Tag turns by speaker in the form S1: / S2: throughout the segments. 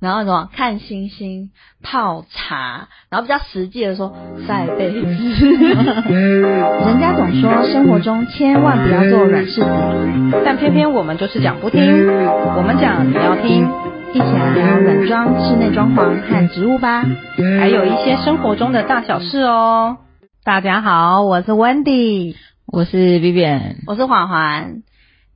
S1: 然后什么看星星、泡茶，然后比较实际的说晒被 子。
S2: 人家总说生活中千万不要做软柿子，
S3: 但偏偏我们就是讲不听，我们讲你要听，
S2: 一起来聊软装、室内装潢和植物吧。
S3: 还有一些生活中的大小事哦。大家好，我是 Wendy，
S4: 我是 Vivian，
S1: 我是环环，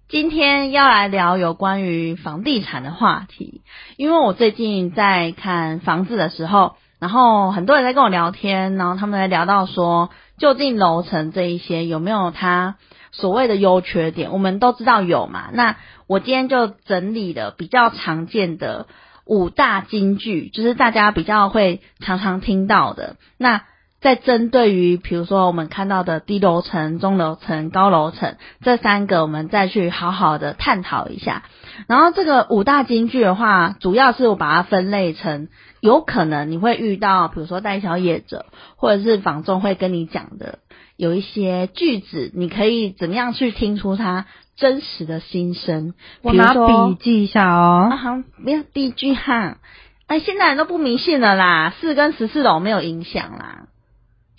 S1: 今天要来聊有关于房地产的话题，因为我最近在看房子的时候，然后很多人在跟我聊天，然后他们在聊到说，究竟楼层这一些有没有它所谓的优缺点？我们都知道有嘛。那我今天就整理了比较常见的五大金句，就是大家比较会常常听到的。那在针对于，比如说我们看到的低楼层、中楼层、高楼层这三个，我们再去好好的探讨一下。然后这个五大金句的话，主要是我把它分类成，有可能你会遇到，比如说代销业者或者是房仲会跟你讲的有一些句子，你可以怎么样去听出他真实的心声。
S3: 我
S1: 比如
S3: 拿
S1: 说
S3: 笔记一下
S1: 啊
S3: 哦。
S1: 哈，不要第一句哈。哎，现在人都不迷信了啦，四跟十四楼没有影响啦。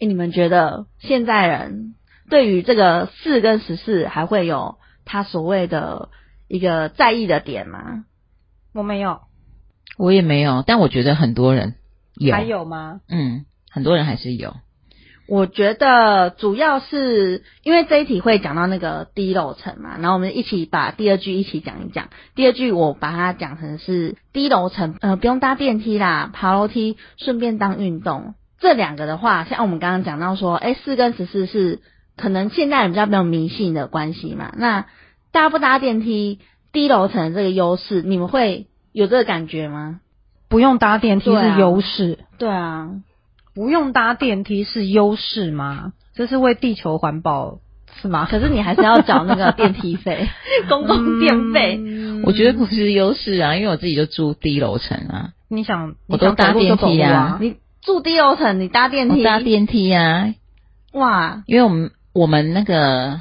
S1: 哎，你们觉得现在人对于这个四跟十四还会有他所谓的一个在意的点吗？
S3: 我没有，
S4: 我也没有，但我觉得很多人有，
S3: 还有吗？
S4: 嗯，很多人还是有，
S1: 我觉得主要是因为这一题会讲到那个低楼层嘛，然后我们一起把第二句一起讲一讲。第二句我把它讲成是低楼层，呃，不用搭电梯啦，爬楼梯顺便当运动。这两个的话，像我们刚刚讲到说，哎，四跟十四是可能现代人比较没有迷信的关系嘛。那搭不搭电梯，低楼层的这个优势，你们会有这个感觉吗？
S3: 不用搭电梯
S1: 对啊
S3: 是优势，
S1: 对啊，
S3: 不用搭电梯是优势吗？这是为地球环保是吗？
S1: 可是你还是要找那个电梯费， 公 共电费。
S3: 嗯
S4: 我觉得不是优势啊，因为我自己就住低楼层啊，
S3: 你想，
S4: 我
S3: 你想
S4: 都搭
S3: 走路就走
S4: 电梯
S3: 路
S4: 啊
S1: 你住低楼层，你搭电
S4: 我
S1: 梯，
S4: 哦搭电梯啊，
S1: 哇，
S4: 因为我们我们那个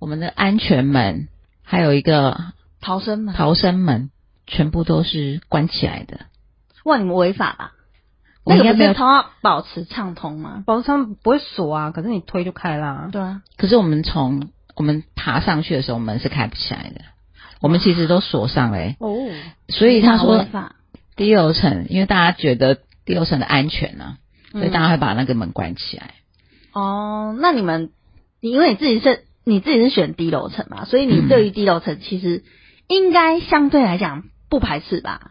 S4: 我们的安全门还有一个
S1: 逃生门，
S4: 逃生门，全部都是关起来的，
S1: 哇，你们违法吧？
S4: 我
S1: 那
S4: 应
S1: 个
S4: 该
S1: 不
S4: 没有
S1: 是它要保持畅通吗？
S3: 保仓不会锁啊，可是你推就开啦。
S1: 对啊，
S4: 可是我们从我们爬上去的时候，门是开不起来的，我们其实都锁上了欸、
S1: 哦，
S4: 所以他说
S1: 违法，
S4: 低楼层，因为大家觉得低楼层的安全啊，所以大家
S1: 嗯
S4: 会把那个门关起来。
S1: 哦，那你们，你因为你自己是你自己是选低楼层嘛，所以你
S4: 嗯
S1: 对于低楼层其实应该相对来讲不排斥吧？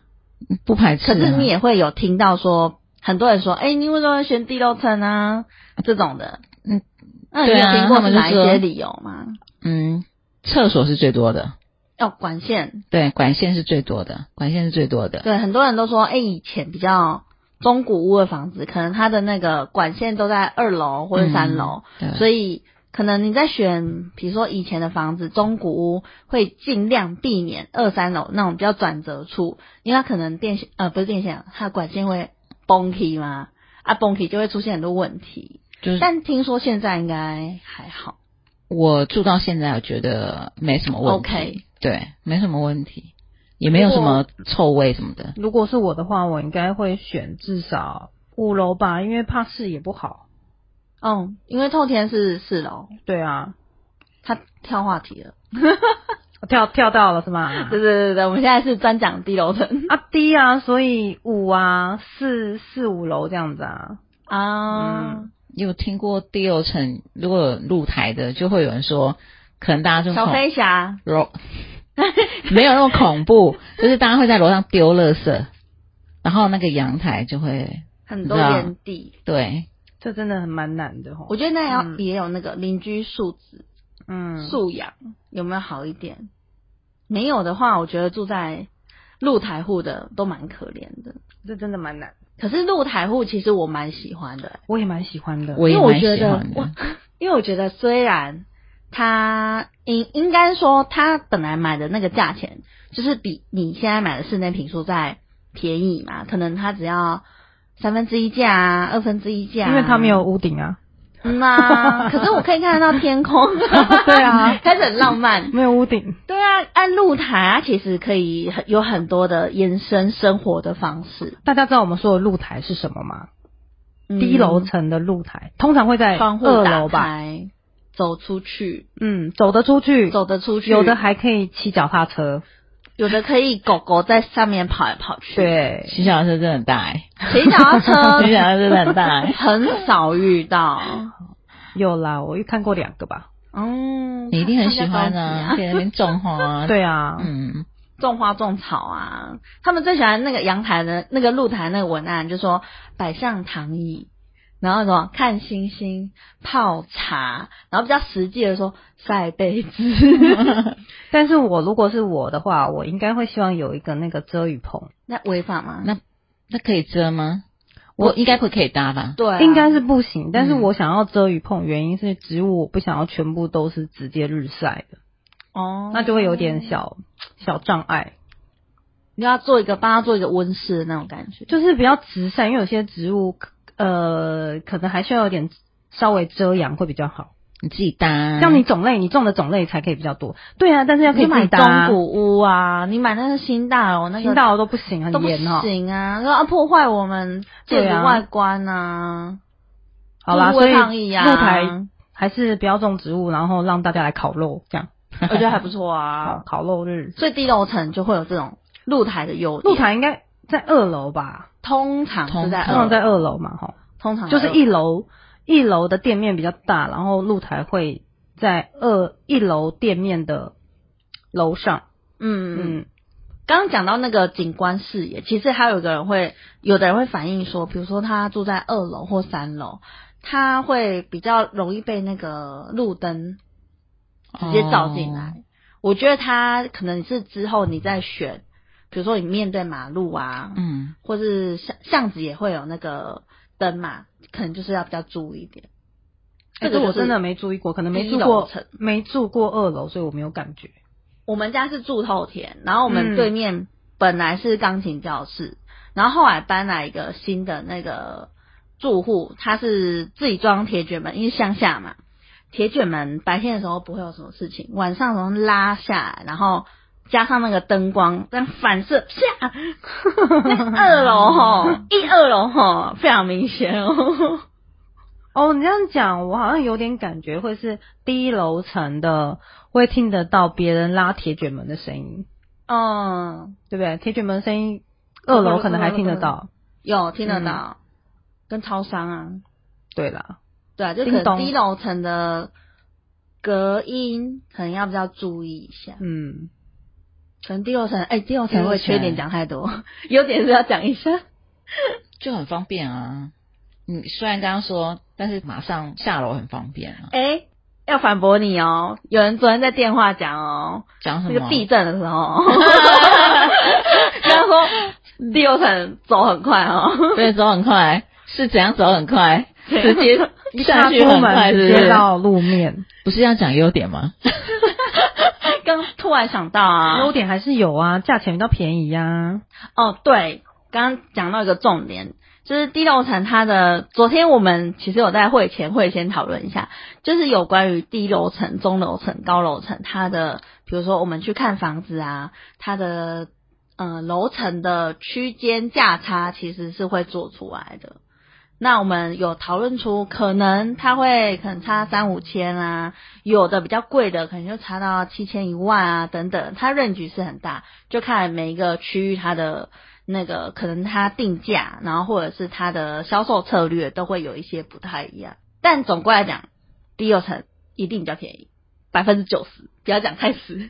S4: 不排
S1: 可
S4: 斥、啊。
S1: 是你也会有听到说。很多人说，哎、你为什么选低楼层啊？这种的，
S4: 嗯，
S1: 那你有
S4: 对啊
S1: 听过
S4: 他
S1: 是
S4: 们就
S1: 哪一
S4: 说
S1: 些理由吗？
S4: 嗯，厕所是最多的，
S1: 要、管线，
S4: 对，管线是最多的，管线是最多的。
S1: 对，很多人都说，哎、以前比较中古屋的房子，可能它的那个管线都在二楼或者三楼，
S4: 嗯对，
S1: 所以可能你在选，比如说以前的房子，中古屋会尽量避免二三楼那种比较转折处，因为它可能电线呃不是电线，它的管线会崩起嘛，啊崩起就会出现很多问题。
S4: 就是
S1: 但听说现在应该还好，
S4: 我住到现在，我觉得没什么问题。
S1: OK
S4: 对，没什么问题，也没有什么臭味什么的。
S3: 如果是我的话，我应该会选至少五楼吧，因为怕视野不好。
S1: 嗯，因为透天是四楼，
S3: 对啊，
S1: 它跳话题了。
S3: 我跳跳到了是吗？
S4: 啊
S1: 对对对对，我们现在是专讲低楼层。
S3: 啊低啊，所以五啊四四五楼这样子啊。
S1: 啊、
S3: 嗯
S4: 有听过第六层如果有露台的，就会有人说，可能大家就
S1: 小
S4: 恐
S1: 飞侠，
S4: 楼没有那么恐怖，就是大家会在楼上丢垃圾，然后那个阳台就会
S1: 很多
S4: 是啊
S1: 烟蒂，
S4: 对
S3: 这真的很蛮难的
S1: 我
S3: 吼。
S1: 觉得那要、
S3: 嗯
S1: 也有那个邻居素质、
S3: 嗯，
S1: 素养有没有好一点？没有的话，我觉得住在露台户的都蛮可怜的。
S3: 这真的蛮难，
S1: 可是露台户其实我蛮喜欢的、
S3: 我也蛮喜欢的。
S4: 我也
S1: 因为我
S4: 蛮
S1: 觉
S4: 喜
S1: 得
S4: 欢，
S1: 我
S4: 的。
S1: 因为我觉得虽然他应应该说他本来买的那个价钱，就是比你现在买的室内平数再便宜嘛，可能他只要三分之一价啊，二分之一价啊、
S3: 因为它没有屋顶啊，
S1: 嗯呐、可是我可以看得到天空，
S3: 对啊，
S1: 开始很浪漫。
S3: 没有屋顶，
S1: 对啊，按露台啊，其实可以很有很多的延伸生活的方式。
S3: 大家知道我们说的露台是什么吗？
S1: 嗯
S3: 低楼层的露台通常会在
S1: 窗户
S3: 二
S1: 打
S3: 楼吧，
S1: 开，走出去，
S3: 嗯，走得出去，
S1: 走得出去，
S3: 有的还可以骑脚踏车，
S1: 有的可以狗狗在上面跑来跑去。，
S3: 对，
S4: 骑脚踏车真的很大 哎、
S1: 骑脚踏车
S4: 骑脚踏车真的很 大、哦欸。
S1: 很少遇到。
S3: 有啦，我看过两个吧，
S1: 嗯，
S4: 你一定很喜欢啊，
S1: 啊，
S4: 在那边种花、啊。，
S3: 对啊，
S4: 嗯，
S1: 种花种草啊。他们最喜欢那个阳台的那个露台那个文案，就说摆上躺椅，然后什么看星星、泡茶，然后比较实际的说晒被 子。
S3: 但是我如果是我的话，我应该会希望有一个那个遮雨棚，
S1: 那违法吗？
S4: 那那可以遮吗？我应该会可以搭吧？
S1: 对啊、
S3: 应该是不行。但是
S4: 嗯
S3: 我想要遮雨棚，原因是植物我不想要全部都是直接日晒的，
S1: 哦，
S3: 那就会有点小小障碍，
S1: 你要做一个帮他做一个温室的那种感觉。
S3: 就是比较直晒，因为有些植物呃可能还需要有点稍微遮阳会比较好。
S4: 你自己搭、啊。
S3: 像你种类，你种的种类才可以比较多。对啊，但是要
S1: 嗯
S3: 可
S1: 你
S3: 以自
S1: 买
S3: 己搭
S1: 中
S3: 啊。
S1: 古屋啊，你买那个新大楼，那个
S3: 新大楼都不行，
S1: 都
S3: 很
S1: 不
S3: 严哦。
S1: 行啊，要破坏我们建
S3: 对啊
S1: 筑外观啊。
S3: 好啦，
S1: 就
S3: 所
S1: 是
S3: 以
S1: 会抗议啊
S3: 露台还是不要种植物，然后让大家来烤肉，这样
S1: 我觉得还不错
S3: 烤
S1: 啊。
S3: 烤肉日。
S1: 所以低楼层就会有这种露台的优点。
S3: 露台应该在二楼吧？
S1: 通常是在二
S3: 通常
S1: 楼，
S3: 在二楼嘛，哈，
S1: 通常在二
S3: 就
S1: 楼
S3: 是一楼一楼的店面比较大，然后露台会在二一楼店面的楼上。
S1: 嗯嗯。
S3: 嗯，
S1: 刚刚讲到那个景观视野，其实还有一个人会，有的人会反映说，比如说他住在二楼或三楼，他会比较容易被那个路灯直接照进来。
S4: 哦
S1: 我觉得他可能是之后你再选，比如说你面对马路啊，
S4: 嗯，
S1: 或是巷巷子也会有那个灯嘛，可能就是要比较注意一点。
S3: 这
S1: 这
S3: 个
S1: 个就
S3: 我
S1: 是
S3: 真的没注意过，可能没
S1: 低
S3: 住
S1: 楼
S3: 过
S1: 层，
S3: 没住过二楼，所以我没有感觉。
S1: 我们家是住透天，然后我
S3: 嗯
S1: 们对面本来是钢琴教室，然后后来搬来一个新的那个住户，他是自己装铁卷门，因为乡下嘛，铁卷门白天的时候不会有什么事情，晚上的时候拉下来，然后加上那个灯光，让反射啪，二楼吼，一二楼吼，非常明显哦。
S3: 哦，你这样讲，我好像有点感觉会是低楼层的，会听得到别人拉铁卷门的声音，
S1: 嗯，
S3: 对不对？铁卷门的声音，二楼可能还听得到。
S1: 有听得到，跟超商啊。
S3: 对啦，
S1: 对啊，就可
S3: 叮
S1: 能
S3: 咚
S1: 低楼层的隔音可能要比较注意一下。
S3: 嗯，
S1: 可能低楼层，哎、低楼层会缺点讲太多， 优点是要讲一下。
S4: 就很方便啊。你虽然刚刚说，但是马上下楼很方便啊。
S1: 哎、要反驳你哦，有人昨天在电话讲哦，
S4: 讲什
S1: 那
S4: 么？啊
S1: 个避震的时 候，他说低楼层走很快 哦，
S4: 对，走很快，是怎样走很快？直 接
S3: 下
S4: 上去
S3: 出
S4: 很
S3: 门
S4: 快，
S3: 直
S4: 是不
S3: 接
S4: 是？
S3: 到路面，
S4: 不是要讲优点吗？
S1: 刚突然想到啊，
S3: 优点还是有啊，价钱比较便宜啊呀、
S1: 哦，对，刚刚讲到一个重点，就是低楼层它的。昨天我们其实有在会前会先讨论一下，就是有关于低楼层、中楼层、高楼层它的，比如说我们去看房子啊，它的呃楼层的区间价差其实是会做出来的。那我们有讨论出，可能它会可能差三五千啊，有的比较贵的可能就差到七千一万啊等等，它 range 是很大，就看每一个区域它的那个可能它定价，然后或者是它的销售策略都会有一些不太一样。但总归来讲，低楼层一定比较便宜，百分之九十，不要讲太死。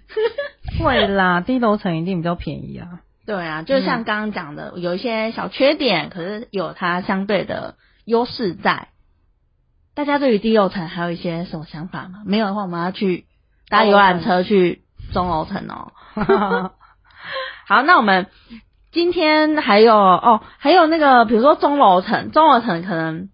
S3: 会啦，低楼层一定比较便宜啊。
S1: 对啊，就像刚刚讲的，有一些小缺点，可是有它相对的优势在。大家对于低楼层还有一些什么想法吗？没有的话，我们要去搭游览车去中楼层哦。好，那我们今天还有哦，还有那个，比如说中楼层，中楼层可能，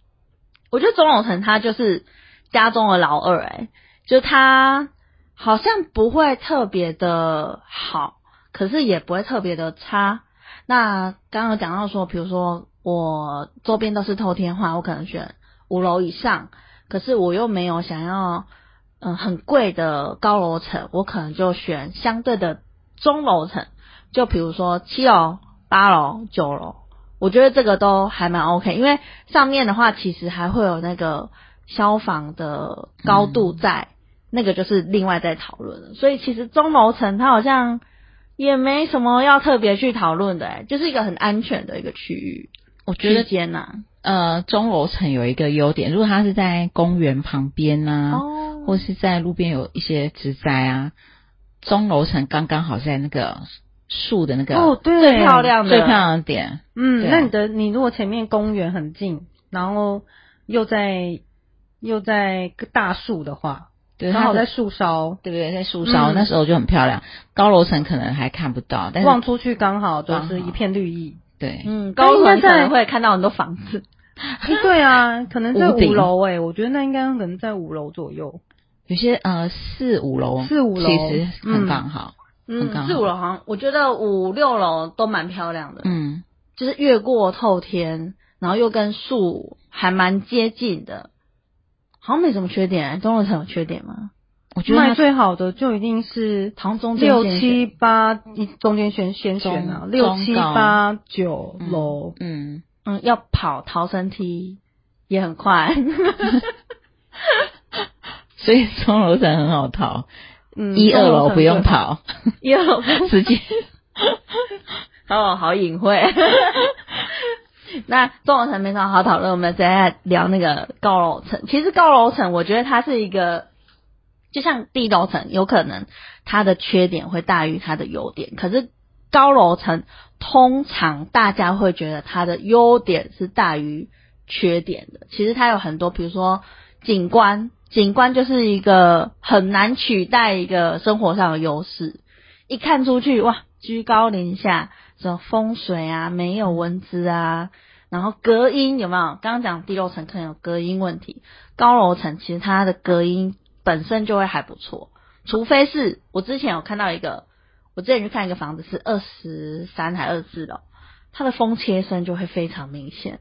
S1: 我觉得中楼层它就是家中的老二、欸，哎，就是它好像不会特别的好，可是也不会特别的差。那刚刚有讲到说，比如说我周边都是透天花，我可能选五楼以上，可是我又没有想要嗯、呃很贵的高楼层，我可能就选相对的中楼层，就比如说七楼、八楼、九楼，我觉得这个都还蛮 OK，因为上面的话其实还会有那个消防的高度在，那个就是另外在讨论了。所以其实中楼层它好像也没什么要特别去讨论的、欸，就是一个很安全的一个区域
S4: 我觉
S1: 区
S4: 得
S1: 间啊呐、
S4: 呃钟楼层有一个优点，如果它是在公园旁边呐、
S1: 哦
S4: 或是在路边有一些植栽啊，钟楼层刚刚好在那个树的那个
S3: 哦，对，
S1: 最漂亮的
S4: 最漂亮的点，
S3: 嗯，
S4: 对啊
S3: 那你的你如果前面公园很近，然后又在又在大树的话，
S4: 对，
S3: 刚
S4: 它
S3: 好在
S4: 的
S3: 树梢
S4: 对不对？在树梢、
S3: 嗯
S4: 那时候就很漂亮，高楼层可能还看不到，但
S3: 望
S4: 是
S3: 出去刚好都是一片绿意。
S4: 对，
S1: 嗯，高楼
S3: 那
S1: 层
S3: 应该
S1: 可
S3: 在
S1: 能会看到很多房子。
S3: 诶对啊，可能在
S4: 屋顶
S3: 五楼诶、我觉得那应该可能在五楼左右。
S4: 有些呃四五楼，
S3: 四五楼
S4: 其实很
S3: 嗯
S4: 刚好，很刚
S1: 嗯，
S4: 好
S1: 四五楼好像，我觉得五六楼都蛮漂亮的，
S4: 嗯
S1: 就是越过透天，然后又跟树还蛮接近的，好像没什么缺点、欸。中楼层有缺点吗？
S4: 我觉得
S3: 卖
S4: 它
S3: 最好的就一定是
S1: 好像中间
S3: 六
S1: 先
S3: 七八一中间选先
S4: 中
S3: 选啊，
S4: 中
S3: 六七
S4: 高
S3: 八九楼，
S4: 嗯，
S1: 嗯，要跑逃生梯也很 快，
S4: 所以钟楼层很好逃，
S3: 嗯，
S4: 一二楼不 用
S3: 中层
S4: 逃，
S1: 也有
S4: 直接
S1: 哦，好隐晦。 那中楼层没什么好讨论，我们再来聊那个高楼层。其实高楼层，我觉得它是一个，就像低楼层，有可能它的缺点会大于它的优点。可是高楼层通常大家会觉得它的优点是大于缺点的。其实它有很多，比如说景观，景观就是一个很难取代一个生活上的优势。一看出去，哇，居高临下，什么风水啊，没有蚊子啊，然后隔音有没有？刚刚讲低楼层可能有隔音问题，高楼层其实它的隔音本身就会还不错，除非是我之前有看到一个，我之前去看一个房子是二十三还二十四楼，它的风切声就会非常明显。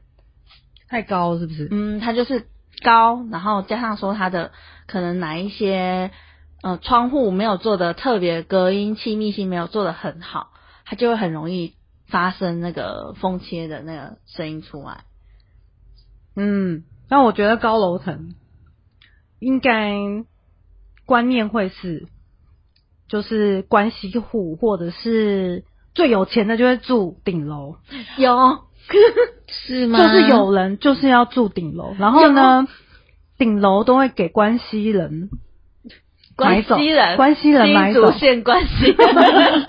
S3: 太高是不是？
S1: 嗯，它就是高，然后加上说它的可能哪一些呃窗户没有做的特别隔音气密性没有做的很好，它就会很容易发生那个风切的那个声音出来。
S3: 嗯，但我觉得高楼层应该观念会是，就是关系户或者是最有钱的就会住顶楼，
S1: 有，
S4: 是吗？
S3: 就是有人就是要住顶楼，然后呢，顶楼都会给关系人买
S1: 关
S3: 走
S1: 西人，
S3: 关西人买
S1: 新
S3: 走
S1: 竹县关西 人，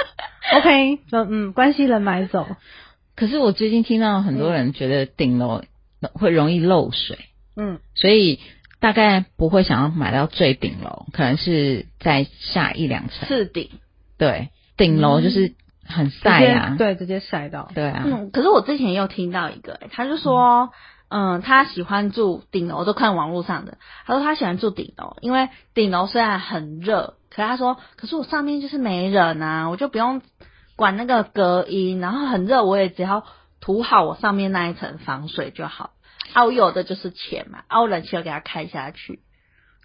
S3: ，OK，就嗯，关系人买走，
S4: 可是我最近听到很多人觉得顶楼会容易漏水，
S3: 嗯，
S4: 所以大概不会想要买到最顶楼，可能是在下一两层。
S1: 次顶。
S4: 对，顶楼就是很
S3: 直
S4: 晒
S3: 接
S4: 啊，
S3: 对，直接晒到，
S4: 对啊，
S1: 嗯，可是我之前也有听到一个、欸他就说，嗯，他喜欢住顶楼，我都看网络上的，他说他喜欢住顶楼，因为顶楼虽然很热，可是他说，可是我上面就是没人啊，我就不用管那个隔音，然后很热，我也只要涂好我上面那一层防水就好。啊，我有的就是钱嘛，啊，我冷气又给它开下去，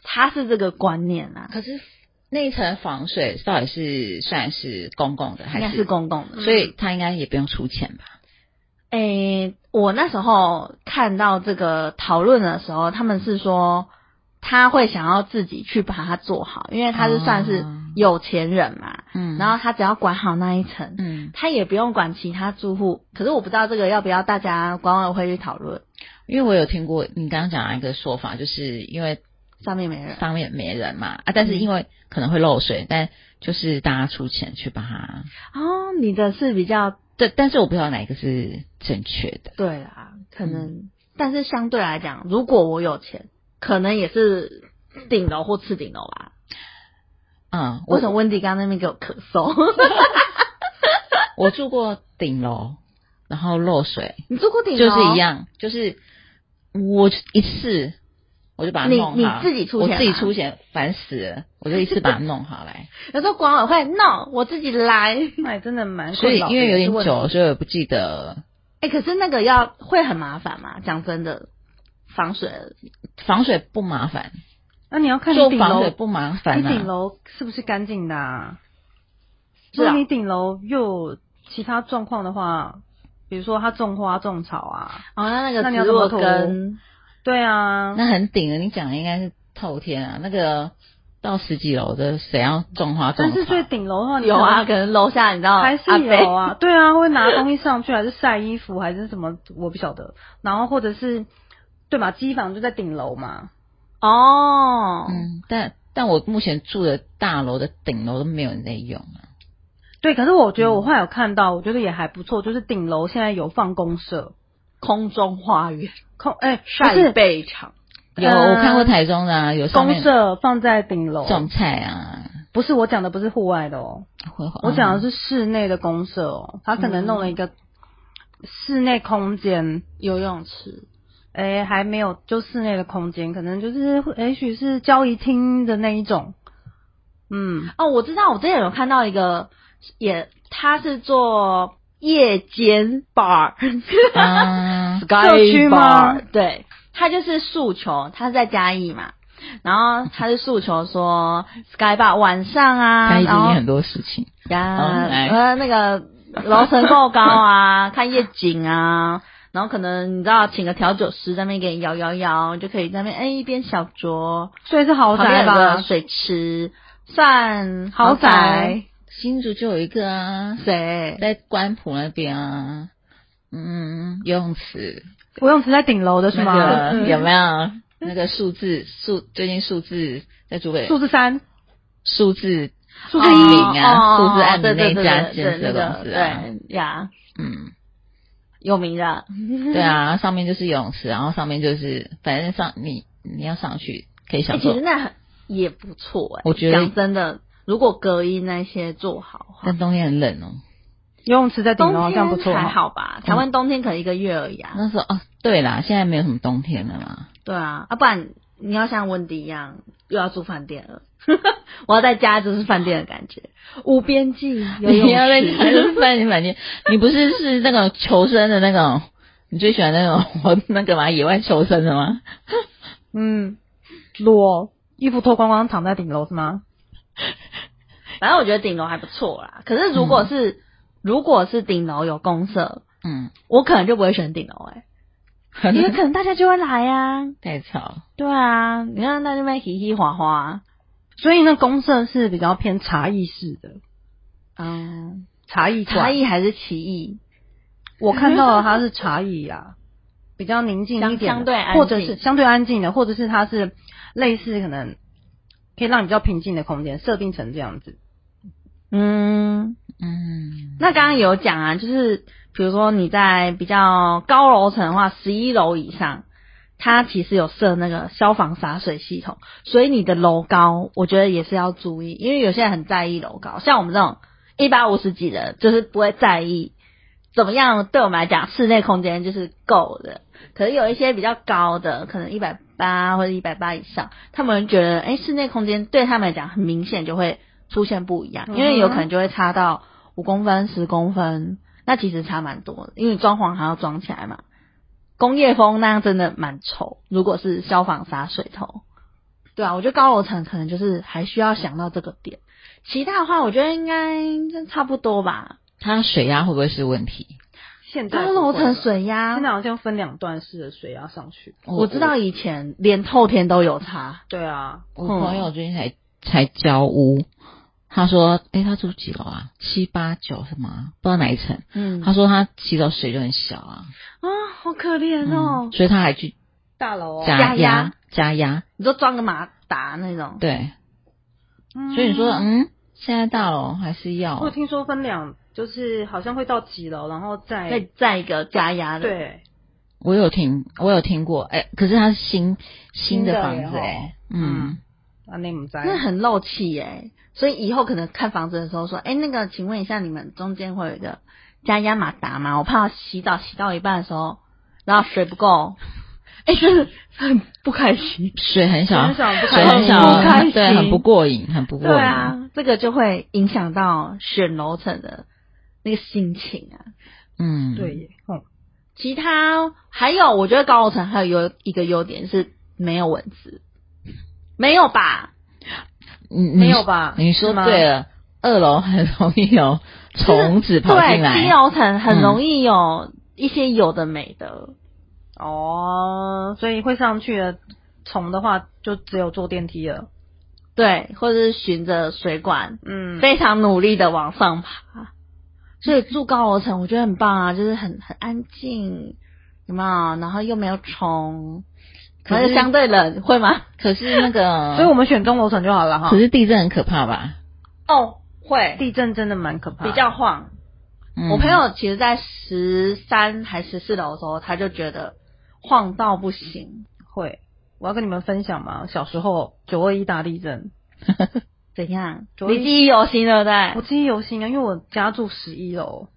S1: 他是这个观念啊，
S4: 可是那一层防水到底是算是公共的
S1: 应该
S4: 还
S1: 是公
S3: 嗯
S1: 共的，
S4: 所以他应该也不用出钱吧？
S1: 诶、欸我那时候看到这个讨论的时候，他们是说他会想要自己去把它做好，因为他是算是
S3: 啊
S4: 哦
S1: 有钱人嘛，
S4: 嗯
S1: 然后他只要管好那一层，
S4: 嗯，
S1: 他也不用管其他住户。可是我不知道这个要不要大家管委会去讨论，
S4: 因为我有听过你刚刚讲的一个说法，就是因为
S1: 上面没人。
S4: 上面没人嘛啊，
S1: 嗯
S4: 但是因为可能会漏水，但就是大家出钱去把它。
S1: 哦，你的是比较
S4: 对，但是我不知道哪一个是正确的。
S1: 对啦，可能，嗯但是相对来讲，如果我有钱，可能也是顶楼或次顶楼吧。
S4: 嗯，
S1: 为
S4: 我
S1: 什么温迪刚刚那边给我咳嗽？
S4: 我住过顶楼，然后漏水，
S1: 你住过顶楼？
S4: 就是一样，就是我一次我就把它
S1: 你
S4: 弄好，
S1: 你自己出钱
S4: 我自己
S1: 吗
S4: 出钱，烦死了，我就一次把它弄好来。
S1: 有时候管委会 no，我自己来。
S3: 那也真的蛮
S4: 所
S3: 困
S4: 以
S3: 扰的
S4: 因为有
S3: 一个
S4: 点
S3: 问题
S4: 久，所以我不记得
S1: 哎、可是那个要会很麻烦嘛？讲真的，防水
S4: 防水不麻烦，
S3: 那你要看
S4: 做
S3: 你顶
S4: 防水
S3: 楼，
S4: 不麻
S3: 你
S4: 烦
S3: 顶
S4: 啊。
S3: 楼是不是干净的、啊？
S1: 是
S3: 如
S1: 啊
S3: 果你顶楼又有其他状况的话，比如说它种花种草啊，
S1: 哦，那那
S3: 那
S1: 个
S3: 你要
S1: 植
S3: 怎么
S1: 物
S3: 涂
S1: 根
S3: 对啊，
S4: 那很顶的，你讲的应该是透天啊，那个到十几楼的谁要种花种
S3: 但
S4: 草？
S3: 是最顶楼的话，你
S1: 有
S3: 可能
S1: 啊，可能楼下你知道
S3: 还是
S1: 阿
S3: 有
S1: 伯
S3: 啊，对啊，会拿东西上去，还是晒衣服，还是什么，我不晓得。然后或者是，对嘛，机房就在顶楼嘛，
S1: 哦，
S4: 嗯，但但我目前住的大楼的顶楼都没有人在用啊。
S3: 对。可是我
S1: 嗯
S3: 觉得我后来有看到，我觉得也还不错，就是顶楼现在有放公社，
S1: 空中花园
S3: 空哎、不
S1: 晒
S3: 是
S1: 背场，
S4: 有、
S3: 呃
S4: 我看过台中的、啊，有上
S3: 公
S4: 面
S3: 社放在顶楼，
S4: 种菜啊。
S3: 不是我讲的不是户外的哦，
S4: 会
S1: 嗯
S3: 我讲的
S4: 是
S3: 是室内的公社哦，他可能弄了一个室内空间，
S1: 游泳池，
S3: 哎、还没有，就室内的空间，可能就是也许是交易厅的那一种，嗯，
S1: 哦，我知道，我之前有看到一个，也他是做夜间 bar，
S4: 啊
S1: Sky
S3: 社区吗
S1: bar，对，他就是诉求，他是在嘉义嘛，然后他是诉求 说 Sky Bar 晚上啊，
S4: 嘉义最
S1: 然后
S4: 近很多事情，
S1: 呀，
S4: 哦来
S1: 呃，那个楼层够高 啊，看夜景啊。然后可能你知道，请个调酒师在那边给你摇摇摇，就可以在那边哎一边小酌，
S3: 所以是豪
S1: 旁边
S3: 宅
S1: 有个
S3: 吧？
S1: 水池，算
S3: 豪宅
S1: 宅
S4: 新竹就有一个啊，
S1: 谁？
S4: 在关埔那边啊，嗯，游泳池
S3: 游泳池在顶楼的是吗？
S4: 那个
S3: 嗯
S4: 有没有？那个数字数最近数字在竹
S1: 嗯
S4: 北
S3: 数字三，
S4: 数字
S3: 数字
S4: 按
S3: 一，
S4: 铃啊，
S1: 哦
S4: 数字按铃那
S1: 对
S4: 一
S1: 对
S4: 家
S1: 对
S4: 建设
S1: 对对
S4: 公司啊，
S1: 对呀，
S4: 嗯，
S1: 有名的，
S4: 对啊，上面就是游泳池，然后上面就是反正上你你要上去可以
S1: 哎，
S4: 享
S1: 其实
S4: 受，
S1: 那很也不错哎，
S4: 我觉得
S1: 讲真的，如果隔音那些做好的话，
S4: 但冬天很冷哦。
S3: 游泳池在顶
S1: 冬
S3: 楼，好像不错
S1: 天
S3: 哦。
S1: 还好吧？
S4: 嗯
S1: 台湾冬天可能一个月而已啊，
S4: 那时候哦，对啦，现在没有什么冬天了啦。
S1: 对啊，啊不然你要像温迪一样又要住饭店了。 我要在家就是饭店的感觉，无边际游泳
S4: 你要被你
S1: 池，
S4: 饭店饭店，你不是是那种求生的那种，你最喜欢那种我那个嘛野外求生的吗？
S3: 嗯，裸衣服脱光光躺在顶楼是吗？
S1: 反正我觉得顶楼还不错啦。可是如果
S3: 嗯
S1: 是、如果是顶楼有公社，
S4: 嗯，
S1: 我可能就不会选顶楼哎、
S3: 嗯
S1: 因为可能大家就会来啊。
S4: 太吵。
S1: 对啊，你看那那边嘻嘻哗哗，
S3: 所以那公社是比较偏茶艺式的
S1: 嗯，
S3: 茶艺馆
S1: 茶，艺还是奇艺，
S3: 我看到了它是茶艺啊，比较宁静一点
S1: 相相
S3: 的，
S1: 对安静
S3: 或者是相对安静的，或者是它是类似可能可以让你比较平静的空间，设定成这样子。
S1: 嗯，
S4: 嗯，
S1: 那刚刚有讲啊，就是比如说你在比较高楼层的话，十一楼以上，它其实有设那个消防洒水系统，所以你的楼高，我觉得也是要注意，因为有些人很在意楼高，像我们这种一百五十几的，就是不会在意。怎么样？对我们来讲，室内空间就是够的。可是有一些比较高的，可能一百八或者一百八以上，他们觉得，哎，室内空间对他们来讲很明显就会出现不一样，
S3: 嗯
S1: 因为有可能就会差到五公分、十公分，那其实差蛮多的，因为装潢还要装起来嘛。工业风那样真的蛮丑，如果是消防洒水头，对啊，我觉得高楼层可能就是还需要想到这个点，其他的话我觉得应该差不多吧。
S4: 它水压会不会是问题？
S3: 现在
S1: 高
S3: 不会
S1: 楼层
S3: 了
S1: 水压
S3: 现，在好像分两段式的水压上去。
S1: 我知道以前连透天都有差，
S3: 对啊，
S4: 我，我朋友最近才才交屋，他说，诶、他住几楼啊？七八九是吗？不知道哪一层。
S1: 嗯
S4: 他说他洗澡水就很小啊，
S1: 啊，好可怜哦
S4: 嗯，。所以他还去
S3: 大楼哦，
S4: 加
S1: 加压
S4: 压加压，
S1: 你就装个马达那种，
S4: 对，
S3: 嗯
S4: 所以你说，嗯，现在大楼还是要
S3: 我有听说分两，就是好像会到几楼，然后再
S1: 再再一个加压的，，
S3: 对，
S4: 我有听，我有听过，哎、可是它是新新的房
S3: 新
S4: 子、
S3: 的耶
S4: 哎，
S3: 嗯
S4: 嗯，
S3: 啊，你们在
S1: 那很漏气耶、所以以后可能看房子的时候说，哎、那个，请问一下，你们中间会有一个加压马达吗？我怕洗澡洗到一半的时候，然后水不够，哎、真的很不开心。
S4: 水很小，
S3: 很小不开
S4: 水很
S3: 心，
S4: 小啊
S1: 不开，
S4: 对，
S1: 心
S4: 很不过瘾，很不过
S1: 对
S4: 瘾。
S1: 啊，这个就会影响到选楼层的那个心情啊。
S4: 嗯，
S3: 对，耶，嗯，
S1: 其他还有，我觉得高楼层还有一个优点是没有蚊子，没有吧？
S4: 嗯你你
S3: 没有吧？
S4: 你说
S3: 是吗
S4: 对了，二楼很容易有虫子跑进
S1: 对，
S4: 来
S1: 七。楼层很容易有一些有的没的，
S3: 哦，所以会上去的虫的话，就只有坐电梯了。
S1: 对，或者是循着水管
S3: 嗯，
S1: 非常努力的往上爬。所以住高楼层我觉得很棒啊，就是很很安静，有没有？然后又没有虫，可
S4: 可是
S1: 能相对冷，会吗？
S4: 可是那 个，
S3: 所以我们选中楼层就好了哈
S4: 可。是地震很可怕吧？
S1: 哦，会
S3: 地震真的蛮可怕的，
S1: 比较晃。
S4: 嗯
S1: 我朋友其实，在十三还十四楼的时候，他就觉得晃到不行。
S3: 会。我要跟你们分享嘛，小时候九二一大地震，
S1: 怎样？
S3: 所以
S1: 你记忆犹新，对不对？
S3: 我记忆犹新啊，因为我家住十一楼，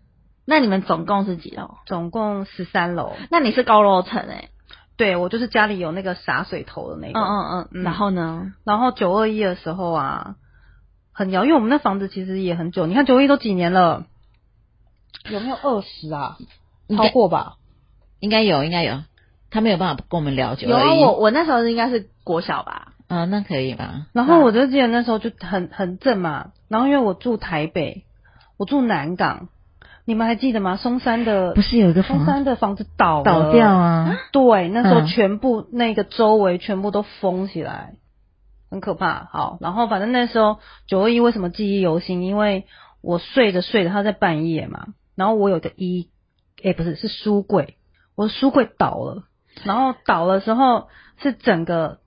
S1: 那你们总共是几楼？
S3: 总共十三楼。
S1: 那你是高楼层哎、
S3: 对我就是家里有那个洒水头的那个，
S1: 嗯嗯嗯。
S3: 嗯
S1: 然后呢？
S3: 然后九二一的时候啊，很摇，因为我们那房子其实也很久，你看九二一都几年了，有没有二十啊？
S4: 应
S3: 超
S4: 该
S3: 过吧？
S4: 应该有，应该有，他没有办法跟我们聊九
S1: 有啊，我
S4: 二一，
S1: 我那时候应该是国小吧。
S4: 嗯，那可以吧？
S3: 然后我就记得那时候就很很震嘛，然后因为我住台北，我住南港，你们还记得吗？松山的
S4: 不是有一个
S3: 松
S4: 房
S3: 山的房子倒了
S4: 倒掉？啊？
S3: 对，那时候
S4: 嗯
S3: 全部、那个周围全部都封起来，很可怕。好，然后反正那时候九二一为什么记忆犹新？因为我睡着睡着，它在半夜嘛，然后我有个衣，哎、不是是书柜，我的书柜倒了，然后倒的时候是整个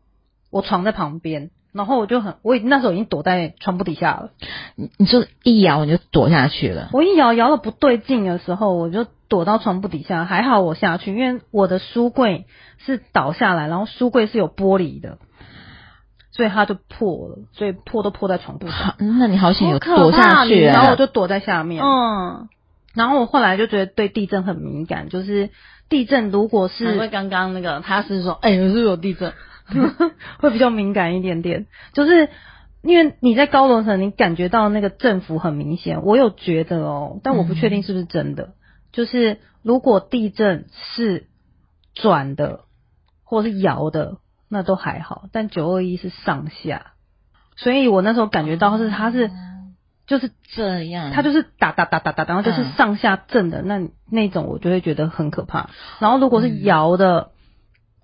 S3: 我床在旁边，然后我就很，我已那时候已经躲在床铺底下了。
S4: 你你说一摇你就躲下去了，
S3: 我一摇摇的不对劲的时候，我就躲到床铺底下。还好我下去，因为我的书柜是倒下来，然后书柜是有玻璃的，所以它就破了，所以破都破在床铺上。
S4: 好，那你好险有
S1: 好可
S4: 躲
S1: 怕
S4: 下去啊哦了。
S3: 然后我就躲在下面。
S1: 嗯，
S3: 然后我后来就觉得对地震很敏感，就是地震如果
S1: 是因为
S3: 是
S1: 刚刚那个他是说，哎、是不是有地震。
S3: 会比较敏感一点点，就是因为你在高楼层，你感觉到那个振幅很明显。我有觉得哦，但我不确定是不是真的。就是如果地震是转的或是摇的，那都还好，但九二一是上下，所以我那时候感觉到是它是就是
S4: 这样，
S3: 它就是打打打打打，然后就是
S4: 嗯
S3: 上下震的那那种，我就会觉得很可怕。然后如果是摇的，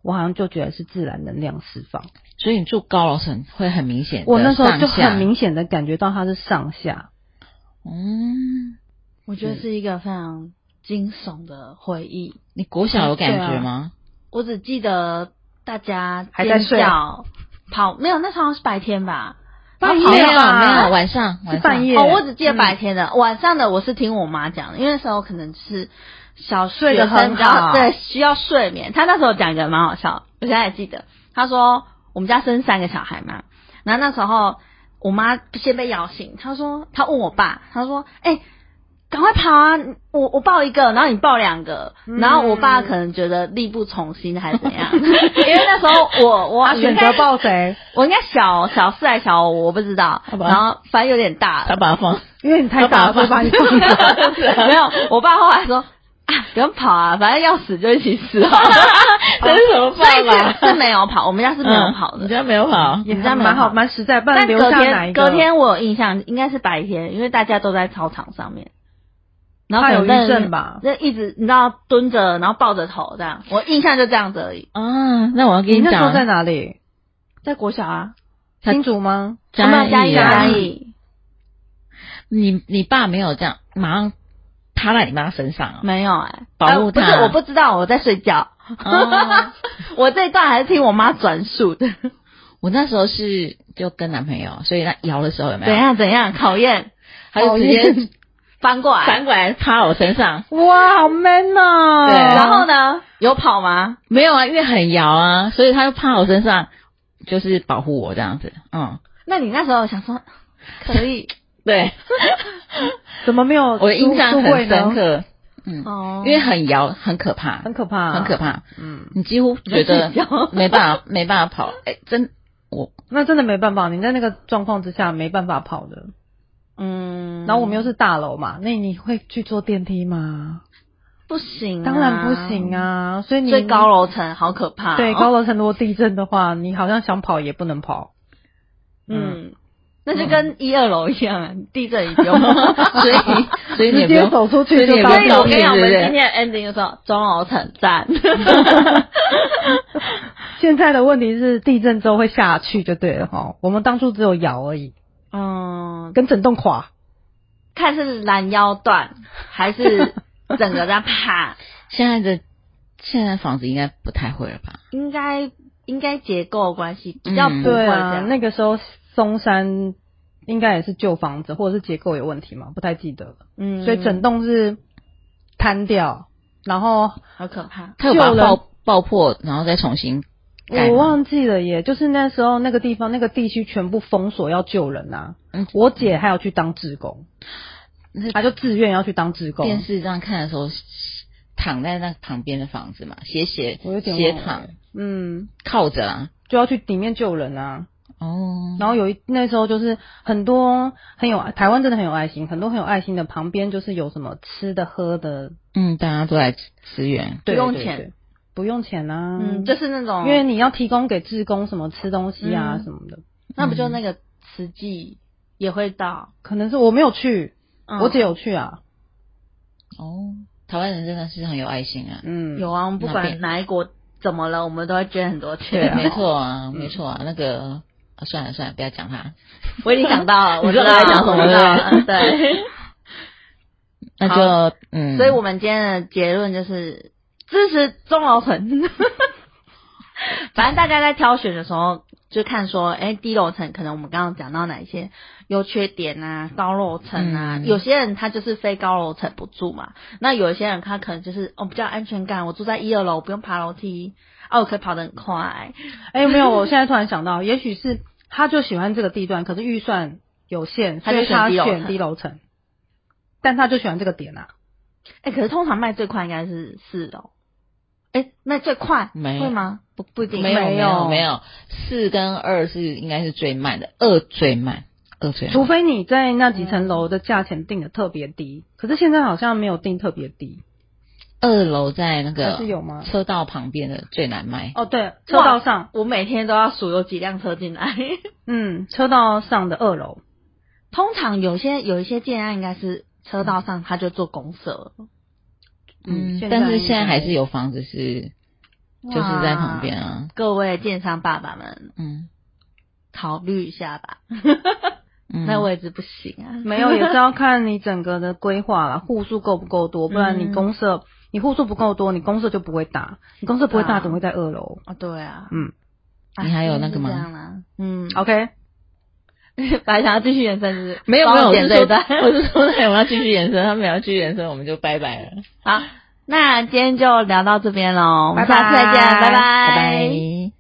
S3: 我好像就觉得是自然能量释放。
S4: 所以你住高楼层会很明显的
S3: 我那时候就
S4: 上下
S3: 很，明显的感觉到它是上下，
S4: 嗯，
S1: 我觉得是一个非常惊悚的回忆。
S4: 你国小有感
S3: 嗯对
S4: 觉
S3: 啊
S4: 吗？
S1: 我只记得大家
S3: 还在
S1: 尖
S3: 睡啊
S1: 叫跑，没有，那时候是白天吧？
S3: 半夜
S1: 跑
S4: 啊没有
S3: 吧
S4: 没有，晚上晚上
S3: 是半夜
S1: 哦，我只记得
S3: 嗯
S1: 白天的，晚上的我是听我妈讲的，因为那时候可能是小睡
S3: 得很好
S1: 对，需要睡眠。她那时候讲一个蛮好笑的，我现在还记得，她说我们家生三个小孩嘛，然后那时候我妈先被摇醒，她说她问我爸，她说哎。赶快跑啊！我我抱一个，然后你抱两个，然后我爸可能觉得力不从心还是怎 样，因为那时候我我
S3: 他选择抱谁？
S1: 我应该小小四还小五，我不知道。
S4: 好吧
S1: 然后反正有点大了，
S4: 他把它放，
S3: 因为你太大了，会 把你放倒。
S1: 没有。我爸后来说啊，不用跑啊，反正要死就一起死 好了。
S4: 这是什么
S1: 所以
S4: 办法？嗯
S1: 是是没有跑，我们家是没有跑
S4: 你
S1: 的。
S4: 家没有跑，
S3: 也
S1: 你知道
S3: 还
S1: 没有
S3: 蛮好，
S1: 跑
S3: 蛮实在。不然
S1: 但
S3: 留
S1: 隔
S3: 下哪
S1: 天
S3: 一个？
S1: 隔天我有印象，应该是白天，因为大家都在操场上面。然后
S3: 怕有
S1: 可能
S3: 余震吧
S1: 就一直你知道蹲着，然后抱着头这样。我印象就这样子而已。
S4: 啊，那我要跟
S3: 你那时候
S4: 讲，
S3: 在哪里？
S1: 在国小啊，
S4: 他
S3: 新竹吗？
S1: 有没有
S4: 嘉
S1: 嘉
S4: 义
S1: 义
S4: 啊
S1: 嘉义
S4: 你你爸没有这样马上趴在你妈身上啊？
S1: 没有哎、
S4: 保护
S1: 啊不
S4: 他
S1: 是我不知道我在睡觉。
S4: 哦
S1: 我这一段还是听我妈转述的。
S4: 我那时候是就跟男朋友，所以他摇的时候有没
S1: 怎
S4: 有？
S1: 样怎样考验，
S4: 他就
S3: 哦
S4: 直
S1: 讨
S4: 接
S1: 翻过来，
S4: 反过来趴我身上。
S3: 哇，好 man 哦！
S4: 对
S1: 然后呢？有跑吗？
S4: 没有啊，因为很摇啊，所以他就趴我身上，就是保护我这样子。嗯，
S1: 那你那时候想说可以
S4: 对，
S3: 怎么没有？
S4: 我的印象很深，刻，
S1: 哦
S4: 因为很摇，很可怕，
S3: 很可怕，
S4: 很可。怕。
S3: 嗯，
S4: 你几乎觉得
S1: 你在睡觉
S4: 没办法，没办法跑。 哎，真我
S3: 那真的没办法，你在那个状况之下没办法跑的。
S1: 嗯，
S3: 然后我们又是大楼嘛，那你会去坐电梯吗？
S1: 不行、
S3: 当然不行。啊，所以你
S1: 所以嗯高楼啊层好可怕、哦
S3: 对高。楼层如果地震的话，你好像想跑也不能跑。
S1: 嗯，那就跟一二楼一 样，啊地震也不用。
S4: 所以所以你也不
S3: 直接
S4: 用
S3: 走出去
S4: 所以你
S3: 就
S4: 也不
S3: 到
S1: 所
S4: 用
S1: 以
S4: 道
S1: 我跟你
S4: 歉，
S1: 讲，我
S4: 对不
S1: 们今
S4: 对？
S1: 天的 ending 就说中楼层 赞。
S3: 现在的问题是地震之后会下去就对了哈，我们当初只有摇而已，
S1: 嗯，
S3: 跟整栋垮。
S1: 看是拦腰断还是整个在怕，
S4: 现在的现在房子应该不太会了吧？
S1: 应该应该结构的关系比较不会
S4: 嗯
S1: 这
S3: 对
S1: 样。
S3: 啊，那个时候松山应该也是旧房子，或者是结构有问题嘛，不太记得了。
S1: 嗯，
S3: 所以整栋是瘫掉，然后
S1: 好可怕。
S4: 他有把它
S3: 旧了
S4: 爆爆破，然后再重新盖吗。
S3: 我忘记了耶，就是那时候那个地方那个地区全部封锁要救人
S4: 嗯
S3: 呐、我姐还要去当志工，
S4: 那
S3: 她就自愿要去当志
S4: 电
S3: 工。
S4: 视这样看的时候，躺在那旁边的房子嘛，斜斜
S3: 我有点
S4: 斜
S3: 忘了
S4: 躺
S3: 嗯，
S4: 靠着啊。
S3: 就要去里面救人啊。
S4: 哦，
S3: 然后有一那时候就是很多很有台湾真的很有爱心，很多很有爱心的旁边就是有什么吃的喝的，
S4: 嗯，大家都来支援。
S3: 对
S1: 不用，
S3: 对对
S1: 钱
S3: 不用钱啊。
S1: 嗯，就是那种，
S3: 因为你要提供给志工什么吃东西啊
S1: 嗯
S3: 什么的，
S1: 那不就那个慈济也会到。
S3: 可能是我没有去，
S1: 嗯
S3: 我姐有去啊。
S4: 哦，台湾人真的是很有爱心啊。
S3: 嗯，
S1: 有啊，我们不
S4: 那
S1: 管
S4: 边
S1: 哪一国怎么了，我们都会捐很多
S4: 对
S1: 钱。
S4: 没，错啊，没错啊，那个。啊、算了算了，不要讲他。
S1: 我已经想到了，我
S4: 你
S1: 知
S4: 知道
S1: 道
S4: 我在讲什么
S1: 我知
S4: 对
S1: 道了
S4: 不
S1: 嗯对。
S4: 那就嗯，
S1: 所以我们今天的结论就是支持中楼 层。反正大家在挑选的时候，就看说，哎、低楼层可能我们刚刚讲到哪一些优缺点啊，高楼层啊，
S4: 嗯
S1: 有些人他就是非高楼层不住嘛，那有一些人他可能就是哦比较有安全感，我住在一二楼，我不用爬楼梯，哦、我可以跑得很快，
S3: 哎、没有，我现在突然想到，也许是他就喜欢这个地段，可是预算有限，
S1: 他
S3: 所
S1: 就
S3: 以他
S1: 选低楼层
S3: 选低楼层。但他就喜欢这个点啊，
S1: 哎、可是通常卖最快应该是四楼，哎、卖最快
S4: 没
S1: 会吗？不不一定，
S4: 没有没有
S3: 有
S4: 没有，四跟二是应该是最慢的，二最慢，二最慢。
S3: 除非你在那几
S1: 嗯
S3: 层楼的价钱定的特别低，可是现在好像没有定特别低。
S4: 二楼在那个
S3: 还是有吗
S4: 车道旁边的最难卖。
S3: 哦，对，车道上，
S1: 我每天都要数有几辆车进来。
S3: 嗯，车道上的二楼，
S1: 通常有些有一些建案应该是车道上他就做公社，
S4: 嗯，
S3: 现在
S4: 但是现在
S3: 应该
S4: 还是有房子是就是在旁边啊。
S1: 各位建商爸爸们
S4: 嗯
S1: 考虑一下吧，
S4: 嗯，
S1: 那位置不行啊。
S3: 没 有，也是要看你整个的规划啦，户数够不够多，不然你公社，你户数不够多，你公社就不会大，你公社不会
S1: 对啊
S3: 大，怎么会在二楼？
S4: 哦
S1: 啊，对啊，
S3: 嗯
S1: 哎
S4: 你还有那个吗
S1: 就是这样啦嗯，
S3: ，OK，
S1: 本来想要继续延伸，是不是
S4: 没有没
S1: 帮
S4: 有，
S1: 我
S4: 我
S1: 剪
S4: 是
S1: 这
S4: 说
S1: 一段
S4: 我 是说，那我们要继续延伸，他们也要继续延伸，我们就拜拜了，
S1: 好，那今天就聊到这边喽，我们
S3: 拜拜
S1: 下次再见，拜
S4: 拜拜。